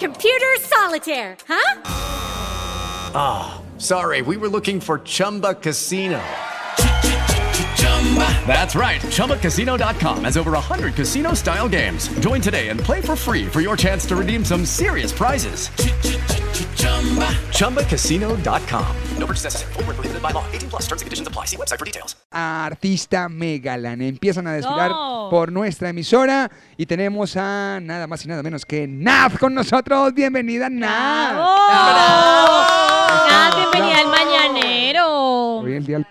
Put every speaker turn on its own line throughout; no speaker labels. Computer solitaire, huh?
Sorry, we were looking for Chumba Casino. That's right. ChumbaCasino.com has over 100 casino style games. Join today and play for free for your chance to redeem some serious prizes. ChumbaCasino.com.
No purchase necessary. Void were prohibited by law. 18 plus. Terms and conditions apply. See website for details.
a Artista Megalan. Empiezan a desfilar
No.
por nuestra emisora y tenemos a nada más y nada menos que Naz con nosotros. Bienvenida, Naz.
Ah,
Oh.
¡Bravo!
Ah,
Nada, bienvenida al mañanero.
Hoy el día.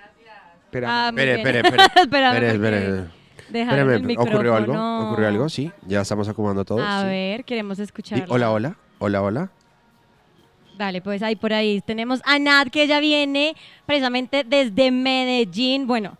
Espera.
Ah, muy
Espere,
bien.
espere, espere.
Espérame,
Espere,
porque
espere.
dejaron
Espérame,
el
espérame. ¿ocurrió algo?
micrófono.
¿Ocurrió algo? Sí, ya estamos acomodando todo.
A
sí.
ver, queremos
Di-
escuchar.
hola, hola, hola, hola.
Dale, pues ahí por ahí tenemos a Nat que ella viene precisamente desde Medellín. Bueno,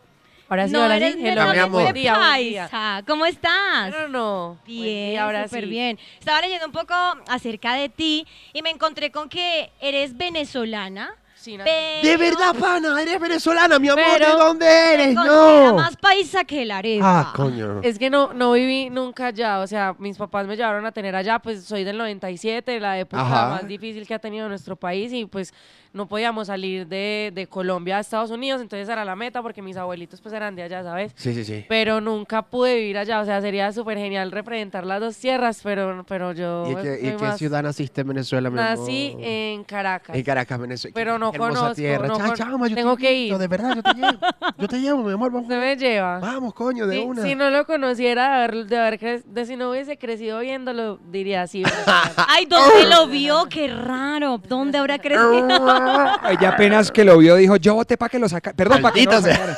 Ahora sí,
no
ahora
eres
sí.
de
hello.
los
mi amor.
de
Buen día, buen día.
Paisa. ¿Cómo estás?
No, no. Buen
Bien,
día, ahora
súper
sí.
bien. Estaba leyendo un poco acerca de ti y me encontré con que eres venezolana.
Sí, no-
pero-
De verdad, pana, eres venezolana, mi amor.
Pero-
¿De dónde eres?
Considera
No.
más paisa que la arepa.
Ah, coño.
Es que no, no viví nunca allá, o sea, mis papás me llevaron a tener allá, pues soy del 97, la época
Ajá.
más difícil que ha tenido nuestro país y pues no podíamos salir de, de Colombia a Estados Unidos, entonces era la meta porque mis abuelitos pues eran de allá, ¿sabes?
Sí, sí, sí.
Pero nunca pude vivir allá, o sea, sería súper genial representar las dos tierras, pero, pero yo...
¿Y en qué, y
soy
en qué
más-
ciudad naciste en Venezuela, mi amor?
Nací en Caracas.
En Caracas, Venezuela.
Pero no
Qué hermosa
conozco,
tierra.
no
Cha-
con-
chama, yo te
tengo que
invito,
ir.
De verdad, yo te llevo. Yo te llevo, mi amor. Vamos,
Se me lleva.
vamos coño, de
Sí,
una.
Si no lo conociera, de haber, de haber cre- de si no hubiese crecido viéndolo, diría así.
Ah,
venezolano.
Ay,
Ah.
¿dónde lo vio? Qué raro. ¿Dónde habrá crecido?
Ella apenas que lo vio dijo, yo voté para que lo sacara. Perdón, para que lo
Maldita sea.
sacara.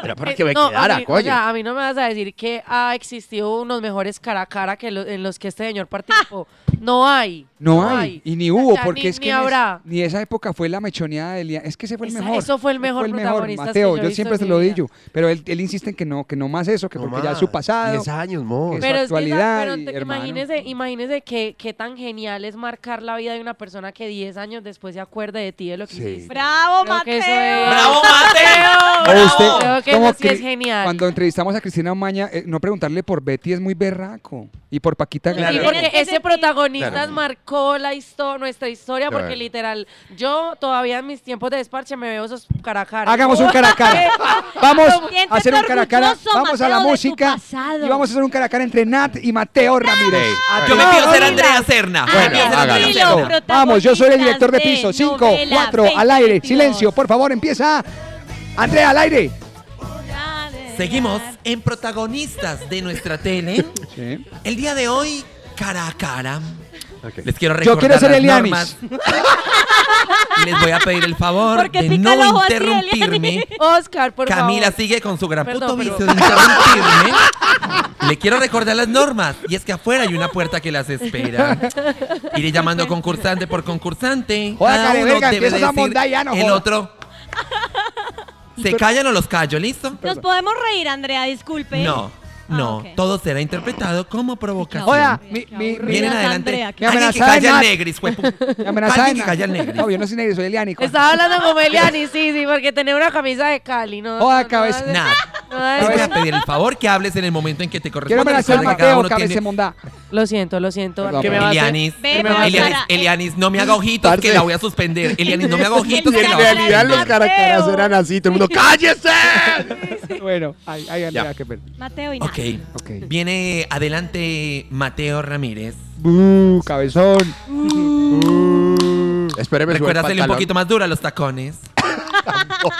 Pero
Eh,
para que me
no, a
quedara,
mí- o
coño.
sea, a mí no me vas a decir que ha existido unos mejores cara a cara que lo- en los que este señor participó. No hay.
No hay. Y ni hubo,
O sea,
porque
ni-
es que
ni
en es-
habrá.
ni esa época fue la mechoneada de Lía. Es que ese fue el
Esa-
mejor.
eso fue el
Ese
mejor protagonista que
Mateo,
yo he
yo,
visto
siempre
en
se
mi
lo
vida.
digo. Pero él, él insiste en que no, que no más eso, que
No
porque ya
más.
es su pasado.
10 años, mo.
Eso.
Pero es que esa-
actualidad
pero
y
te-
hermano.
imagínese, imagínese qué, qué tan genial es marcar la vida de una persona que 10 años después se acuerde de ti de lo que
Sí.
hiciste.
¡Bravo,
Creo que
Mateo!
eso es-
O usted,
Creo que
como
eso sí es
Cri-
genial.
Cuando entrevistamos a Cristina Maña, no preguntarle por Betty es muy berraco. Y por Paquita
Claro.
Sí,
Guerrero.
porque
Tiene
ese
sentido.
protagonista
Claro.
marcó la histo- nuestra historia,
Claro.
porque literal, yo todavía en mis tiempos de desparche me veo esos cara a cara.
Hagamos un cara a cara. Vamos a
Siéntete
hacer un cara a cara.
orgulloso,
Vamos a la
Mateo, de tu
música.
pasado.
Y vamos a hacer un cara a cara entre Nat y Mateo Ramírez.
Ey,
A
yo me
todos.
quiero ser
Andrea
Serna.
Bueno, hágalo.
Listo. Vamos, yo soy el director de piso. 5, 4, al aire. Silencio, por favor, empieza. Andrea, al aire.
Seguimos en protagonistas de nuestra tele. El día de hoy, cara a cara. Les quiero
Yo
recordar
quiero ser
las
Elianis.
normas. Les voy a pedir el favor
Porque
de
pica el ojo
no
así,
interrumpirme.
Oscar, por
Camila
favor.
sigue con su gran puto
Perdón, pero-
vicio de interrumpirme. Le quiero recordar las normas. Y es que afuera hay una puerta que las espera. Iré llamando concursante por concursante.
Joda,
Cada
Karen,
uno
venga,
debe
empieza esa
decir
mondá ya, no
el
joda.
otro. Se callan o los callo, ¿listo?
Nos podemos reír, Andrea, disculpe.
No,
Ah,
no.
ok.
Todo será interpretado como provocación.
Oiga, mi, mi, mi-
Vienen
Mira,
adelante.
Andrea, que-
Alguien que
amenazada
calle
en
al
la-
negris, huepu.
me amenazaba
Alguien que
en-
calle al negris.
No, yo no soy negro, soy eliánico.
Estaba hablando con Eliani, sí, sí, porque tenía una camisa de Cali, ¿no?
Joda,
no,
cabeza.
No,
Nada.
no, no,
Te voy a
Cabeza-
pedir el favor que hables en el momento en que te
Quiero
corresponde.
amenazar Pues a
Recuerda que cada
Mateo,
uno
cabeza
tiene-
mondá.
Lo siento, lo siento.
Perdón,
¿Qué me
perdón.
va a hacer?
Elianis,
Ve,
¿Qué me
pero
va a hacer?
Elianis,
Sara, eh.
Elianis, no me haga ojitos que la voy a suspender. Elianis, no me haga ojitos que
En
la voy a
realidad, los
suspender.
cara a cara serán
así. Todo el mundo, ¡cállese!
Bueno, ay, ay, Andrea,
Ya.
qué pena.
Mateo y Nat.
Ok.
Ok. Pues,
Viene adelante Mateo Ramírez.
Buh, Uh, cabezón.
Espéreme, sube el
Recuerda hacerle un
pantalón.
poquito más dura los tacones.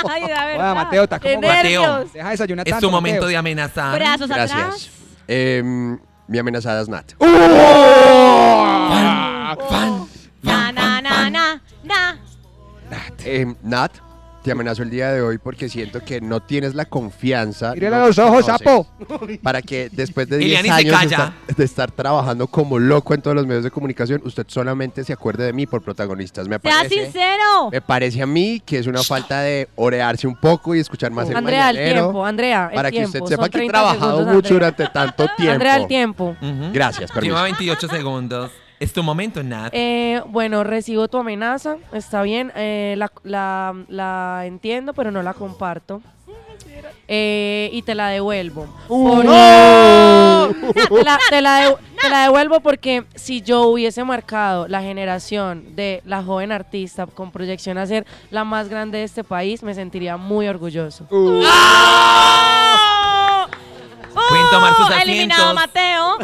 Ay, la
Hola,
verdad.
Mateo, está
Qué
como
nervios.
Mateo,
Deja de desayunar
es
tanto,
tu momento
Ah, Mateo.
de amenazar.
Brazos
Gracias.
atrás.
Eh, mi amenazada es Nat.
Fan, fan,
Na,
fan, fan,
na, na,
fan.
na, na.
Eh, Nat, te amenazo el día de hoy porque siento que no tienes la confianza.
Mírale
no
a los ojos,
conoces,
sapo.
Para que después de
Eliani se
10 años de
calla.
estar, de estar trabajando como loco en todos los medios de comunicación, usted solamente se acuerde de mí por protagonistas. Me
¡Sea
parece,
sincero!
me parece a mí que es una falta de orearse un poco y escuchar más el
Andrea, el
mañanero,
tiempo, Andrea, el
Para que usted
tiempo.
sepa
Son
que he
30
trabajado
segundos,
mucho
Andrea.
durante tanto tiempo.
Andrea, el tiempo.
Ujú.
Gracias,
Lleva
permiso.
28 segundos. Es tu momento, Nat.
Eh, bueno, recibo tu amenaza, está bien, eh, la, la- la entiendo, pero no la comparto. Eh, y te la devuelvo. Por- Te la- te la de- te la devuelvo porque si yo hubiese marcado la generación de la joven artista con proyección a ser la más grande de este país, me sentiría muy orgulloso.
Pueden tomar sus asientos.
Oh, eliminado a Mateo.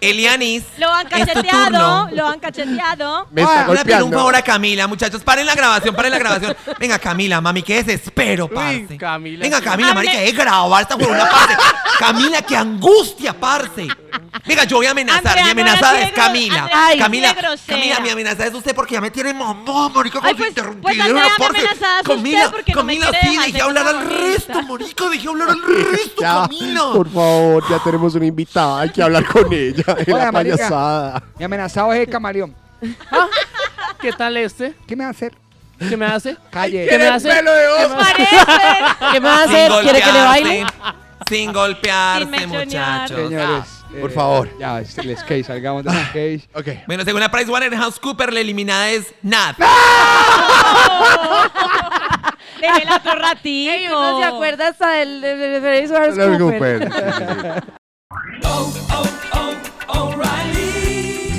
Elianis.
Lo han
es tu
cacheteado.
turno.
Lo han cacheteado.
Me está
Ah,
Una
golpeando.
pelumpa ahora a Camila, muchachos. Paren la grabación, paren la grabación. Venga, Camila, mami, qué desespero, parce.
Camila,
Venga,
sí.
Camila,
Hable.
marica, que grabar esta huevona, parce. Camila, qué angustia, parce. Venga, yo voy a amenazar.
Andrea,
mi
no la
amenaza
tiene
es
gro-
Camila.
Andrea, no la
Camila,
tiene grosera.
Camila, mi amenaza es usted porque ya me tiene mamá, marica,
Ay,
con su
pues-
interrumpidera,
pues Andrea, me
parce.
amenazas usted
Camila,
porque no me
Camila,
quiere
sí,
dejar
dejé
ser
hablar al
protagonista.
resto, marica, dejé hablar al resto,
Ya,
Camila.
por favor, ya tenemos una invitada, hay que hablar con ella.
Hola,
Era
marica.
payasada.
Mi amenazado es el camaleón.
Ah, ¿Qué tal este?
¿Qué me va a hacer?
¿Qué me hace?
Calle.
¿Qué me hace?
¿Qué me va a
Sin
hacer? ¿Quiere que le baile?
golpearse, Sin golpearse,
Sin mechonear.
muchachos.
Señores. eh,
Por favor.
Ya, es el skate, salgamos del skate.
Ok.
Bueno, según la PricewaterhouseCoopers, la eliminada es Nat.
Déjela otro ratito.
Ey, uno se acuerda hasta del del- del Freddy Swears
No me
Cooper.
preocupen. Sí, sí, sí.
Oh,